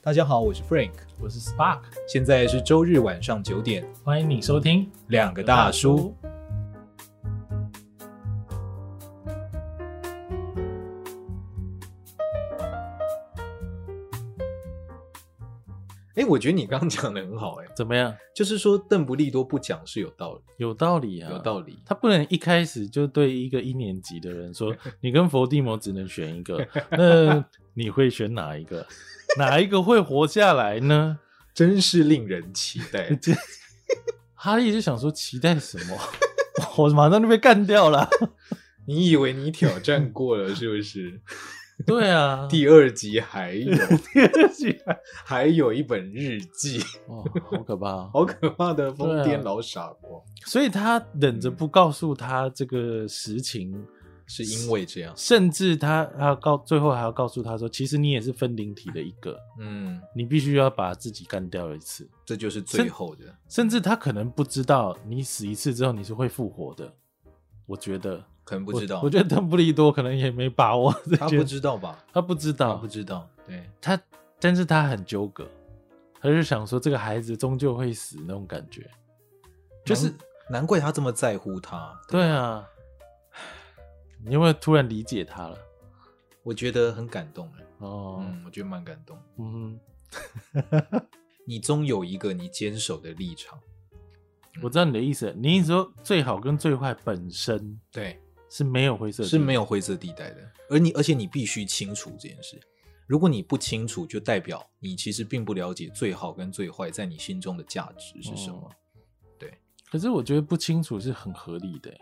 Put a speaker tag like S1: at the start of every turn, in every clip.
S1: 大家好，我是 Frank，
S2: 我是 Spark，
S1: 现在是周日晚上九点，
S2: 欢迎你收听
S1: 两个大叔。哎、我觉得你刚刚讲的很好、诶哎，
S2: 怎么样？
S1: 就是说邓布利多不讲是有道理，
S2: 有道理啊，
S1: 有道理。
S2: 他不能一开始就对一个一年级的人 说，你跟伏地魔只能选一个，那你会选哪一个？ 哪一个会活下来呢？
S1: 真是令人期待。
S2: 哈利就想说，期待什么？ 我马上就被干掉了。
S1: 你以为你挑战过了是不是？
S2: 对啊，
S1: 第二集还 有
S2: 二集，
S1: 还有一本日记，
S2: 哇，好可怕哦！
S1: 好可怕的疯
S2: 对
S1: 癫
S2: 啊
S1: 老傻瓜，
S2: 所以他忍着不告诉他这个实情，
S1: 是因为这样，
S2: 甚至他还要告最后还要告诉他说，其实你也是分灵体的一个，
S1: 嗯，
S2: 你必须要把自己干掉一次。
S1: 这就是最后的。
S2: 甚至他可能不知道你死一次之后你是会复活的。我觉得
S1: 可能不知道，
S2: 我，我觉得邓布利多可能也没把握这件，
S1: 他不知嗯道吧？
S2: 他不知
S1: 他
S2: 道
S1: 不，知道，对，
S2: 他但是他很纠葛，他就想说这个孩子终究会死那种感觉，就是
S1: 难难怪他这么在乎他。
S2: 对啊，你有没有突然理解他了？
S1: 我觉得很感动哎，
S2: 哦，
S1: 嗯，我觉得蛮感动。
S2: 嗯
S1: 你终有一个你坚守的立场，
S2: 哼，我知道你的意思，你意思说最好跟最坏本身
S1: 对，
S2: 是没有灰色，
S1: 是没
S2: 有，
S1: 有灰色地带的。而你，而且你必须清楚这件事。如果你不清楚，就代表你其实并不了解最好跟最坏在你心中的价值是什么。
S2: 可是我觉得不清楚是很合理的，欸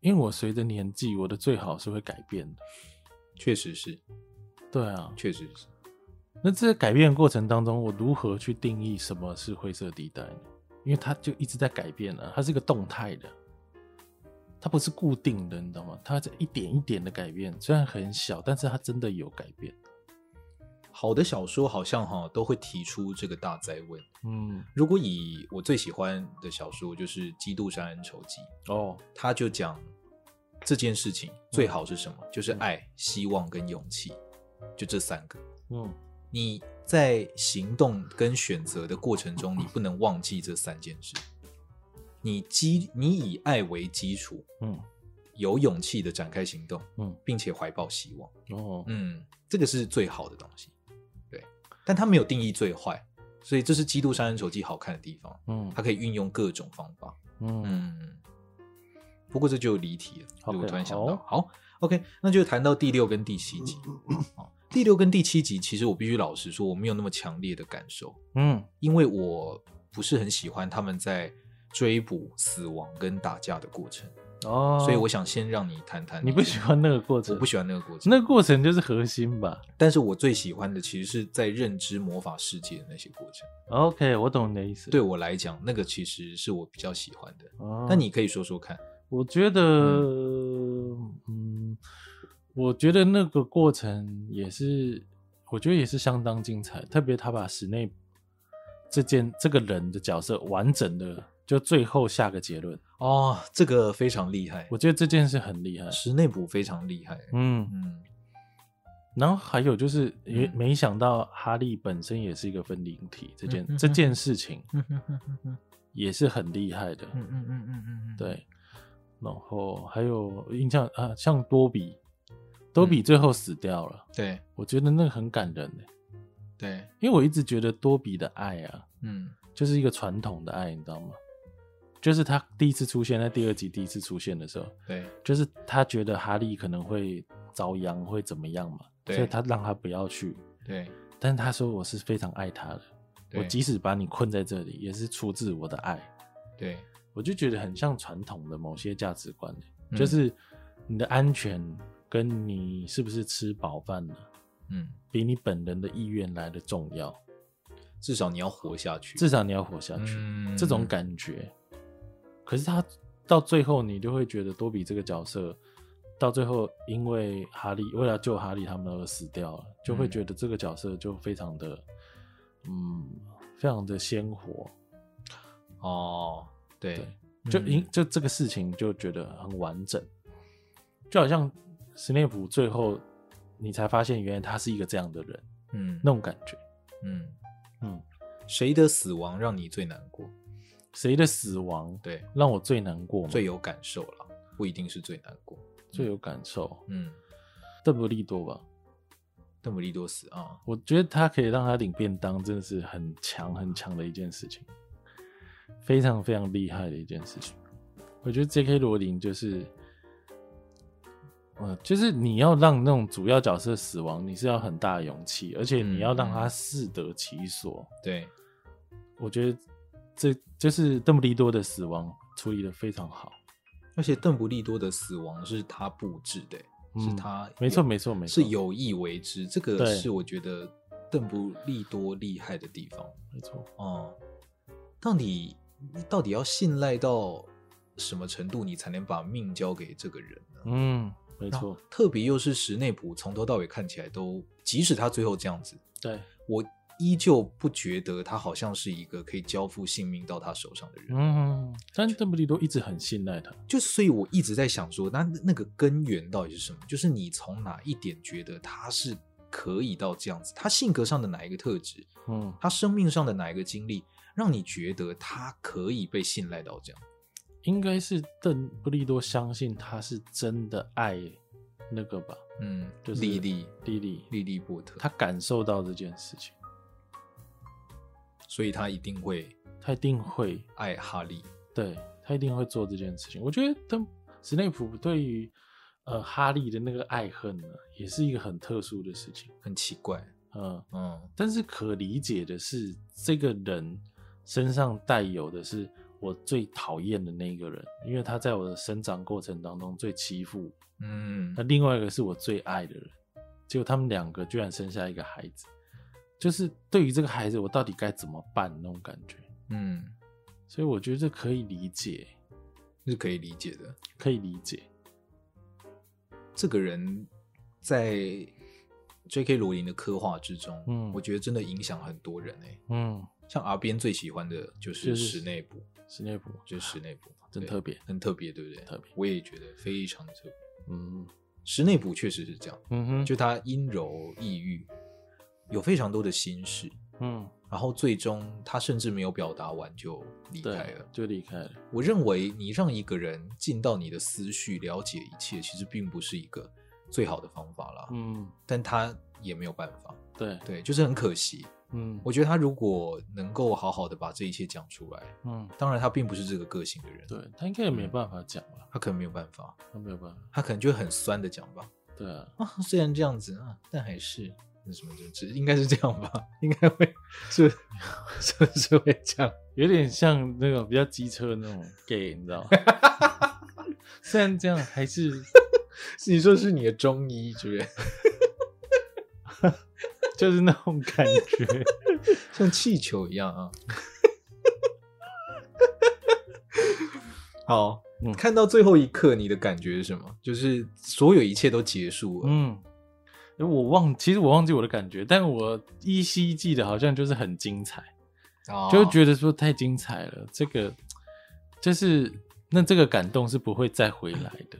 S2: 因为我随着年纪，我的最好是会改变的。
S1: 确实是，
S2: 对啊，
S1: 确实是。
S2: 那这个改变的过程当中，我如何去定义什么是灰色地带呢？因为它就一直在改变啊，它是一个动态的，它不是固定的，你懂吗？它在一点一点的改变，虽然很小，但是它真的有改变。
S1: 好的小说好像哈都会提出这个大灾问。
S2: 嗯，
S1: 如果以我最喜欢的小说就是《基督山恩仇记》，
S2: 哦，
S1: 他就讲这件事情最好是什么？就是爱、希望跟勇气，就这三个。
S2: 嗯，
S1: 你在行动跟选择的过程中，你不能忘记这三件事。你基，你以爱为基础，
S2: 嗯，
S1: 有勇气的展开行动，
S2: 嗯，
S1: 并且怀抱希望，
S2: 哦，
S1: 嗯，这个是最好的东西。对，但他没有定义最坏，所以这是《基督山人手记》好看的地方，
S2: 嗯，
S1: 它可以运用各种方法。
S2: 嗯，
S1: 嗯，不过这就离题了，
S2: OK，
S1: 就我突然想到，
S2: 好
S1: 好 o k 那就谈到第六跟第七集。哦第六跟第七集，其实我必须老实说，我没有那么强烈的感受，
S2: 嗯，
S1: 因为我不是很喜欢他们在追捕、死亡跟打架的过程，
S2: 哦，
S1: 所以我想先让你谈谈。
S2: 你不喜欢那个过程，
S1: 我不喜欢那个过程，
S2: 那个过程就是核心吧。
S1: 但是我最喜欢的其实是在认知魔法世界的那些过程。
S2: 嗯 OK，我懂你的意思。
S1: 对，我来讲，那个其实是我比较喜欢的。
S2: 哦、
S1: 那你可以说说看，
S2: 我觉得，嗯，我觉得那个过程也是，我觉得也是相当精彩。特别他把室内这件这个人的角色完整的，就最后下个结论，
S1: 哦，这个非常厉害，
S2: 我觉得这件事很厉害。
S1: 石内卜非常厉害。
S2: 嗯，
S1: 嗯，
S2: 然后还有就是，也
S1: 嗯
S2: 没想到哈利本身也是一个分灵体，这件、
S1: 嗯嗯嗯
S2: 这件事情
S1: 嗯嗯嗯嗯嗯
S2: 也是很厉害的。
S1: 嗯嗯嗯，
S2: 对，然后还有印象啊，像多比，多
S1: 嗯
S2: 比最后死掉了。
S1: 对
S2: 我觉得那个很感人呢，
S1: 对，
S2: 因为我一直觉得多比的爱啊，
S1: 嗯
S2: 就是一个传统的爱，你知道吗？就是他第一次出现在第二集第一次出现的时候，
S1: 对
S2: 就是他觉得哈利可能会遭殃，会怎么样嘛，
S1: 对
S2: 所以他让他不要去。
S1: 对
S2: 但是他说我是非常爱他的，
S1: 对
S2: 我即使把你困在这里，也是出自我的爱。
S1: 对，
S2: 我就觉得很像传统的某些价值观、
S1: 嗯
S2: 就是你的安全跟你是不是吃饱饭了，
S1: 嗯，
S2: 比你本人的意愿来的重要。
S1: 至少你要活下去，
S2: 至少你要活下去，
S1: 嗯
S2: 这种感觉。可是他到最后，你就会觉得多比这个角色到最后，因为哈利为了救哈利他们而死掉了，就会
S1: 嗯
S2: 觉得这个角色就非常的，嗯，非常的鲜活。
S1: 哦，对嗯
S2: 对，就因就这个事情就觉得很完整，就好像史内普最后你才发现，原来他是一个这样的人，
S1: 嗯
S2: 那种感觉。
S1: 嗯，
S2: 嗯，
S1: 谁的死亡让你最难过？
S2: 谁的死亡
S1: 对，
S2: 让我最难过吗？
S1: 最有感受了，不一定是最难过。
S2: 最有感受，
S1: 嗯，
S2: 邓布利多吧。
S1: 邓布利多死啊，
S2: 我觉得他可以让他领便当，真的是很强很强的一件事情，非常非常厉害的一件事情。我觉得 J.K. 罗琳就是，呃，就是你要让那种主要角色死亡，你是要很大的勇气，而且你要
S1: 嗯
S2: 让他适得其所。
S1: 对，
S2: 我觉得这就是邓布利多的死亡处理的非常好，
S1: 而且邓布利多的死亡是他布置的、是他
S2: 没错没错没错
S1: 是有意为之，这个
S2: 对
S1: 是我觉得邓布利多厉害的地方。
S2: 没错，
S1: 哦、到底你到底要信赖到什么程度，你才能把命交给这个人呢？
S2: 嗯，没
S1: 然
S2: 错
S1: 后，特别又是史内普从头到尾看起来都，即使他最后这样子，
S2: 对，
S1: 我依旧不觉得他好像是一个可以交付性命到他手上的人。
S2: 嗯，但邓布利多一直很信赖他，
S1: 就所以，我一直在想说，那那个根源到底是什么？就是你从哪一点觉得他是可以到这样子？他性格上的哪一个特质，
S2: 嗯。
S1: 他生命上的哪一个经历，让你觉得他可以被信赖到这样？
S2: 应该是邓布利多相信他是真的爱那个吧，
S1: 嗯，
S2: 就是
S1: 莉莉
S2: 莉莉，
S1: 莉莉波特，
S2: 他感受到这件事情，
S1: 所以他一定会
S2: 他一定会，
S1: 爱哈利。
S2: 对他一定会做这件事情。我觉得邓史内普对于呃哈利的那个爱恨呢，也是一个很特殊的事情，
S1: 很奇怪，
S2: 嗯、
S1: 嗯，
S2: 但是可理解的是，这个人身上带有的是我最讨厌的那个人，因为他在我的生长过程当中最欺负我。
S1: 嗯
S2: 那，另外一个是我最爱的人，结果他们两个居然生下一个孩子，就是对于这个孩子，我到底该怎么办那种感觉。
S1: 嗯，
S2: 所以我觉得这可以理解，
S1: 是可以理解的。
S2: 可以理解。
S1: 这个人在 J.K. 罗琳的刻画之中，
S2: 嗯
S1: 我觉得真的影响很多人欸诶、
S2: 嗯，
S1: 像阿边最喜欢的就
S2: 就是是
S1: 史内普，
S2: 史内普
S1: 就是史内普，
S2: 真
S1: 对
S2: 特别。
S1: 很特别，对不对？
S2: 特别
S1: 我也觉得非常特别。
S2: 嗯
S1: 史内普确实是这样，
S2: 嗯哼，
S1: 就他阴柔抑郁，有非常多的心事，
S2: 嗯
S1: 然后最终他甚至没有表达完就离开
S2: 对
S1: 了，。
S2: 就离开了。
S1: 我认为你让一个人进到你的思绪，了解一切，其实并不是一个最好的方法啦。
S2: 嗯，
S1: 但他也没有办法，
S2: 对，
S1: 对，就是很可惜。
S2: 嗯
S1: 我觉得他如果能够好好的把这一切讲出来，
S2: 嗯，
S1: 当然他并不是这个个性的人，
S2: 对他应该也没办法讲了，
S1: 他可能没有办法，
S2: 他没有办法。
S1: 他可能就很酸的讲吧，
S2: 对啊，
S1: 啊，虽然这样子啊，但还是那什么就只应该是这样吧，应该会是是不是会这样？
S2: 有点像那个比较机车那 种 gay，你知道吗？虽然这样，还是
S1: 你说是你的中医是不是？
S2: 就是那种感觉。
S1: 像气球一样啊。好，
S2: 嗯
S1: 看到最后一刻，你的感觉是什么？就是所有一切都结束了。
S2: 嗯，诶我忘，其实我忘记我的感觉，但我依稀记得好像就是很精彩，
S1: 哦
S2: 就会觉得说太精彩了，这个就是那这个感动是不会再回来的。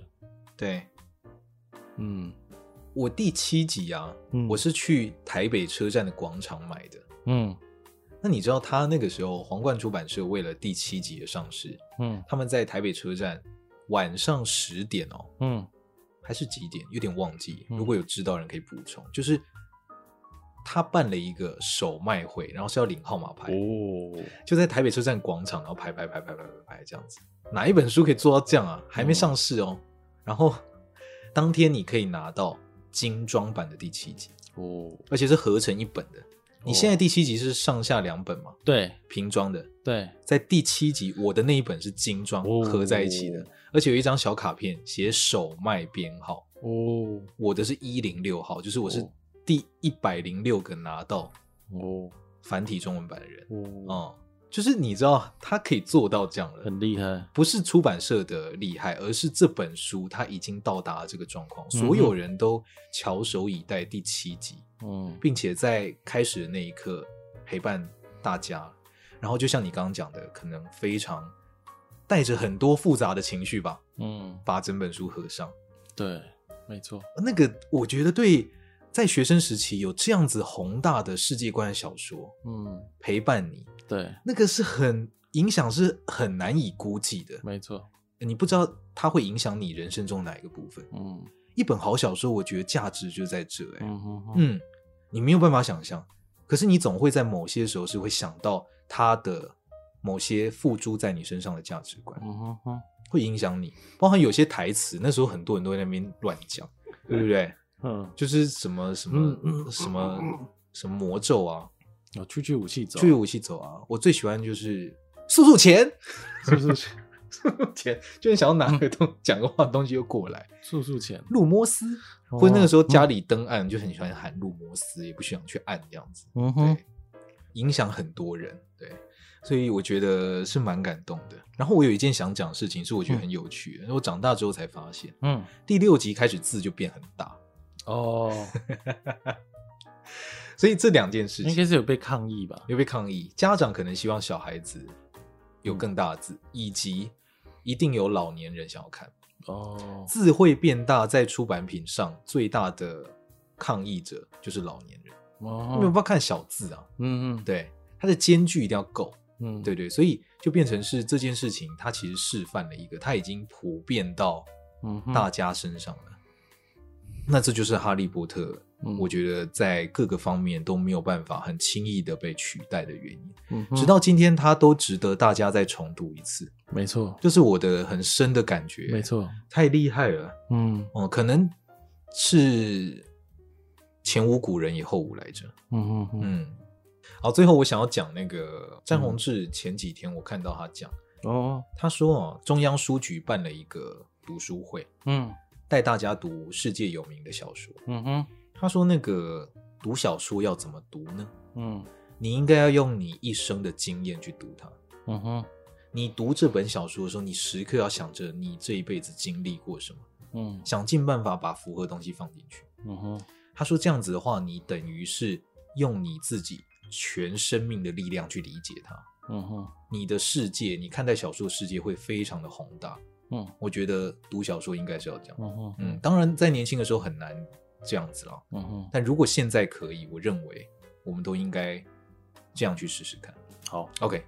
S1: 对。
S2: 嗯
S1: 我第七集啊，
S2: 嗯
S1: 我是去台北车站的广场买的。
S2: 嗯
S1: 那你知道他那个时候，皇冠出版社为了第七集的上市，
S2: 嗯
S1: 他们在台北车站晚上十点哦，
S2: 嗯
S1: 还是几点？有点忘记。
S2: 嗯
S1: 如果有知道人可以补充，就是他办了一个首卖会，然后是要领号码牌，
S2: 哦，
S1: 就在台北车站广场，然后排排排排排排排这样子。哪一本书可以做到这样啊？还
S2: 嗯
S1: 没上市哦。然后当天你可以拿到精装版的第七集，
S2: 哦，
S1: 而且是合成一本的。你现在第七集是上下两本嘛，
S2: 对
S1: 平装的。
S2: 对，
S1: 在第七集，我的那一本是精装
S2: 哦
S1: 合在一起的，而且有一张小卡片写首卖编号。
S2: 哦
S1: 我的是一零六号，就是我是
S2: 哦
S1: 第一百零六个拿到
S2: 哦
S1: 繁体中文版的人。
S2: 哦，
S1: 嗯，就是你知道他可以做到这样了，
S2: 很厉害，
S1: 不是出版社的厉害，而是这本书它已经到达了这个状况，
S2: 嗯哼
S1: 所有人都翘首以待第七集，
S2: 嗯
S1: 并且在开始的那一刻陪伴大家。然后就像你刚刚讲的，可能非常带着很多复杂的情绪吧，
S2: 嗯，
S1: 把整本书合上。
S2: 对，没错，
S1: 那个我觉得对在学生时期有这样子宏大的世界观的小说
S2: 嗯，
S1: 陪伴你，
S2: 对，
S1: 那个是很影响是很难以估计的，
S2: 没错，
S1: 你不知道它会影响你人生中哪一个部分。
S2: 嗯
S1: 一本好小说，我觉得价值就在这、欸，
S2: 嗯哼哼
S1: 嗯，你没有办法想象，可是你总会在某些时候是会想到他的某些付诸在你身上的价值观，
S2: 嗯哼哼
S1: 会影响你。包含有些台词，那时候很多人都在那边乱讲，对不对？
S2: 嗯，
S1: 就是什么什么、什么什么魔咒啊，
S2: 我哦出去武器嗯走，
S1: 注意武器走啊！我最喜欢就是速速钱，
S2: 是不是？
S1: 速速钱， 就是想要拿个东讲个话的东西就过来。
S2: 速速钱，
S1: 路摩斯，或者那个时候家
S2: 哦，
S1: 里登岸就很喜欢喊路摩斯，也不想去按这样子。
S2: 嗯哼，
S1: 对，影响很多人，对，所以我觉得是蛮感动的。然后我有一件想讲的事情，是我觉得很有趣的，我长大之后才发现，
S2: 嗯，
S1: 第六集开始字就变很大，
S2: 哦，
S1: 所以这两件事
S2: 应
S1: 情
S2: 该是有被抗议吧？
S1: 又被抗议，家长可能希望小孩子有更大的字，以及一定有老年人想要看
S2: 哦，
S1: 字会变大，在出版品上最大的抗议者就是老年人，因为
S2: 哦
S1: 不，要看小字啊，
S2: 嗯嗯，，
S1: 对，它的间距一定要够。
S2: 嗯
S1: 对，对，所以就变成是这件事情，它其实示范了一个，它已经普遍到
S2: 嗯哼
S1: 大，家身上了。那这就是哈利波特，
S2: 嗯
S1: 我觉得在各个方面都没有办法很轻易的被取代的原因。
S2: 嗯哼
S1: 直到今天，它都值得大家再重读一次，
S2: 没错，
S1: 这是我的很深的感觉。
S2: 没，错，
S1: 太厉害了。
S2: 嗯
S1: 哦、可能是前无古人也后无来者。
S2: 嗯嗯嗯，
S1: 嗯，好，最后我想要讲那个詹宏志，前几天我看到他讲。
S2: 哦，
S1: 他说哦，中央书局办了一个读书会，
S2: 嗯
S1: 带大家读世界有名的小说。
S2: 嗯哼，
S1: 他说那个读小说要怎么读呢？
S2: 嗯
S1: 你应该要用你一生的经验去读它。
S2: 嗯哼，
S1: 你读这本小说的时候，你时刻要想着你这一辈子经历过什么，
S2: 嗯
S1: 想尽办法把符合的东西放进去。
S2: 嗯哼，
S1: 他说这样子的话，你等于是用你自己全生命的力量去理解它。
S2: 嗯哼，
S1: 你的世界，你看待小说的世界会非常的宏大。
S2: 嗯
S1: 我觉得读小说应该是要这样。
S2: 嗯哼，
S1: 嗯，当然在年轻的时候很难这样子啦，
S2: 嗯哼，
S1: 但如果现在可以，我认为我们都应该这样去试试看。
S2: 好，
S1: OK，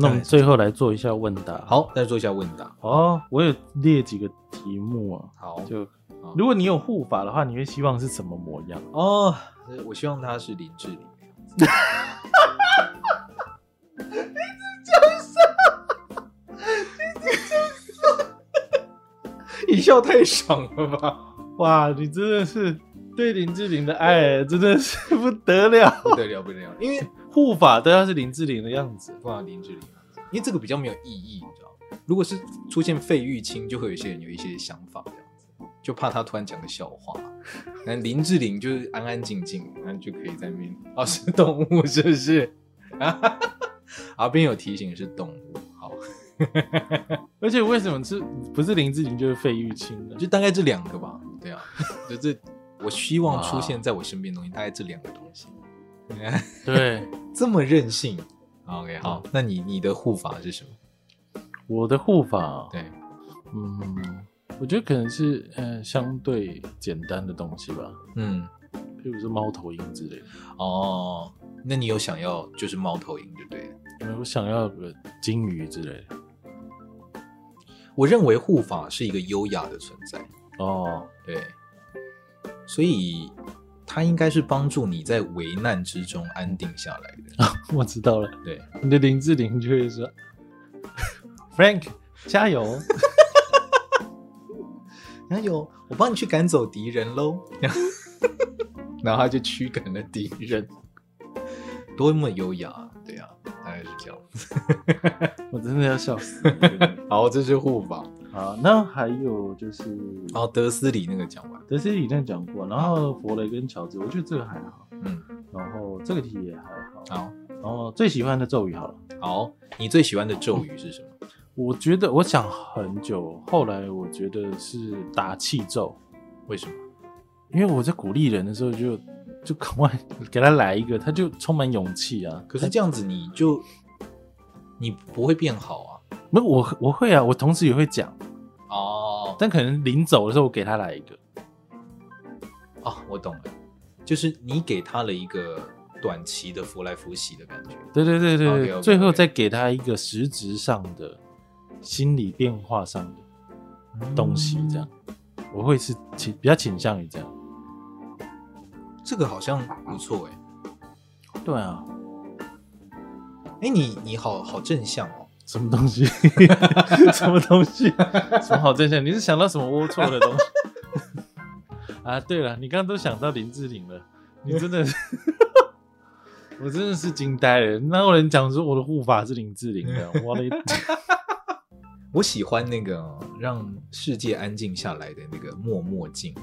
S2: 那我们最后来做一下问答。，
S1: 好，再做一下问答。
S2: 哦，我有列几个题目啊，
S1: 好，
S2: 就
S1: 好
S2: 如果你有护法的话，你会希望是什么模样？
S1: 哦，我希望他是林志玲的样子。 你笑太爽了吧，
S2: 哇，你真的是对林志玲的 爱真的是不得了，
S1: 啊不得了不得了，因为
S2: 护法都要是林志玲的样子。
S1: 不然林志玲的样子，因为这个比较没有意义，你知道吗？如果是出现费玉清，就会有一些人有一些想法这样子，就怕他突然讲个笑话。那林志玲就是安安静静，然后就可以在那边哦，是动物是不是？ 啊，阿边有提醒是动物，好，
S2: 而且为什么是不是林志玲就是费玉清的？
S1: 就大概这两个吧。对啊，就这我希望出现在我身边的东西，大概这两个东西。
S2: 对，
S1: 这么任性，OK，好，那你你的护法是什么？
S2: 我的护法，
S1: 对，
S2: 嗯，我觉得可能是嗯、呃相对简单的东西吧，
S1: 嗯。
S2: 譬如说猫头鹰之类的。
S1: 哦，那你有想要就是猫头鹰，对不对了？
S2: 我想要个金鱼之类的。
S1: 我认为护法是一个优雅的存在，
S2: 哦，
S1: 对，所以它应该是帮助你在危难之中安定下来的。
S2: 我知道了，
S1: 对，
S2: 你的林志玲就会说 ：“Frank，加油
S1: 然后有我帮你去赶走敌人喽， 然后他就驱赶了敌人，
S2: 人！”
S1: 多么优雅，对呀、啊，大概是这样。
S2: 我真的要笑死。
S1: 好，这是护法。
S2: 好，那还有就是，
S1: 然后哦德斯里那个讲完，
S2: 德西里那讲过，然后弗雷跟乔治，我觉得这个还好，
S1: 嗯，
S2: 然后这个题也还好，
S1: 好，
S2: 然后最喜欢的咒语好了。
S1: 好，你最喜欢的咒语是什么？
S2: 我觉得我想很久，后来我觉得是打气咒，
S1: 为什么？
S2: 因为我在鼓励人的时候就就赶快给他来一个，他就充满勇气啊。
S1: 可是这样子你就你不会变好
S2: 他没有我我会啊，我同时也会讲，
S1: 啊。哦，
S2: 但可能临走的时候我给他来一个，
S1: 啊，我懂了，就是你给他了一个短期的扶来扶洗的感觉。
S2: 对对对对
S1: OK，OK，OK
S2: 对，最后再给他一个实质上的心理变化上的
S1: 嗯
S2: 东西，这样我会是倾比较倾向于这样。
S1: 这个好像不错哎、
S2: 对啊，
S1: 哎、你你好好正向哦。
S2: 什么东 西？什么东 西？什么好正向？你是想到什么龌龊的东西？ 啊，对了，你刚刚都想到林志玲了，你真的 是，我真的是惊呆了。哪有人讲说我的护法是林志玲的？我 的
S1: 我喜欢那个哦让世界安静下来的那个默默镜，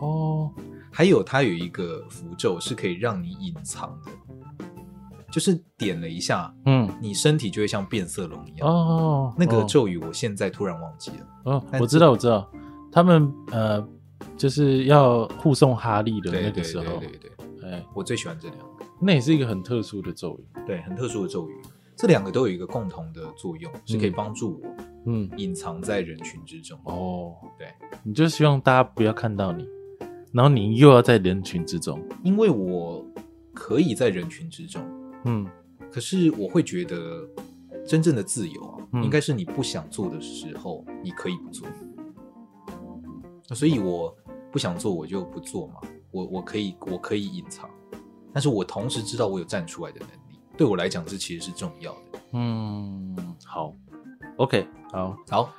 S2: 哦，
S1: 还有它有一个符咒是可以让你隐藏的，就是点了一下，
S2: 嗯，
S1: 你身体就会像变色龙一样。
S2: 哦，
S1: 那个
S2: 哦
S1: 咒语我现在突然忘记了。
S2: 哦，
S1: 但
S2: 我知道，我知道，他们呃，就是要护送哈利的
S1: 对
S2: 那
S1: 对
S2: 个时
S1: 对
S2: 候，
S1: 对对，
S2: 哎，
S1: 我最喜欢这两个，
S2: 那也是一个很特殊的咒语，
S1: 对，很特殊的咒语。这两个都有一个共同的作用，是可以帮助我
S2: 嗯，
S1: 隐藏在人群之中。
S2: 哦，
S1: 对，
S2: 你就希望大家不要看到你，然后你又要在人群之中，
S1: 因为我可以在人群之中，
S2: 嗯，
S1: 可是我会觉得，真正的自由啊，
S2: 嗯
S1: 应该是你不想做的时候，你可以不做。所以我不想做，我就不做嘛。我我可以，我可以隐藏，但是我同时知道我有站出来的能力。对我来讲，这其实是重要的。
S2: 嗯，好，OK，好，
S1: 好，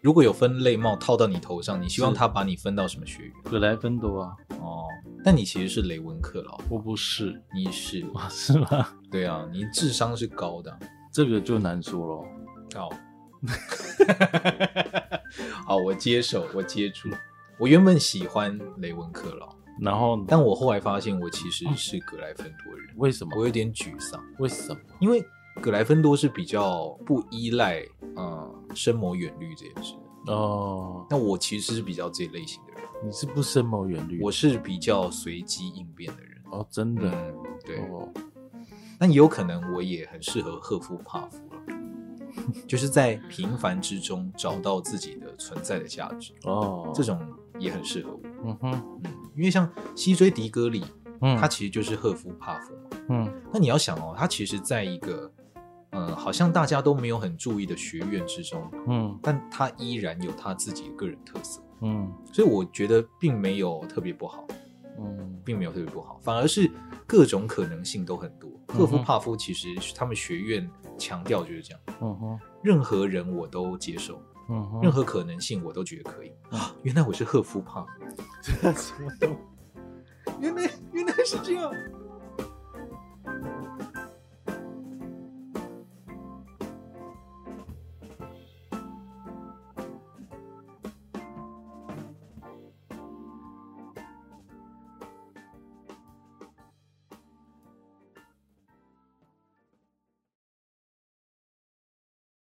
S1: 如果有分类帽套到你头上，你希望
S2: 是
S1: 他把你分到什么学院？
S2: 格莱芬多啊，
S1: 哦，但你其实是雷文克劳，
S2: 我不是，
S1: 你是
S2: 我哦是吗？
S1: 对啊，你智商是高的啊、
S2: 这个就难说咯。
S1: 好，哦好，我接受，我接住。我原本喜欢雷文克劳，
S2: 然后
S1: 但我后来发现我其实是格莱芬多人，
S2: 为什么
S1: 我？有点沮丧，
S2: 为什么？
S1: 因为格莱芬多是比较不依赖嗯深谋远虑这件事。
S2: 哦，
S1: 那我其实是比较这类型的人，
S2: 你是不深谋远虑，
S1: 我是比较随机应变的人。
S2: 哦，真的，
S1: 嗯，对。
S2: 哦，
S1: 但也有可能我也很适合赫夫帕夫了， 就是在平凡之中找到自己的存在的价值。
S2: 哦，
S1: 这，种也很适合我。
S2: 嗯哼，
S1: 嗯，因为像西追迪戈里，
S2: 嗯，
S1: 他，其实就是赫夫帕夫嘛。
S2: 嗯，
S1: 那你要想哦，他其实在一个嗯、呃好像大家都没有很注意的学院之中，
S2: 嗯，
S1: 但他依然有他自己的个人特色，
S2: 嗯，
S1: 所以我觉得并没有特别不好，
S2: 嗯，
S1: 并没有特别不好，反而是各种可能性都很多。
S2: 嗯哼
S1: 赫夫帕夫其实他们学院强调就是这样，
S2: 嗯哼，
S1: 任何人我都接受，
S2: 嗯哼，
S1: 任何可能性我都觉得可以啊。原来我是赫夫帕夫。
S2: 什么都
S1: 原来原来是这样，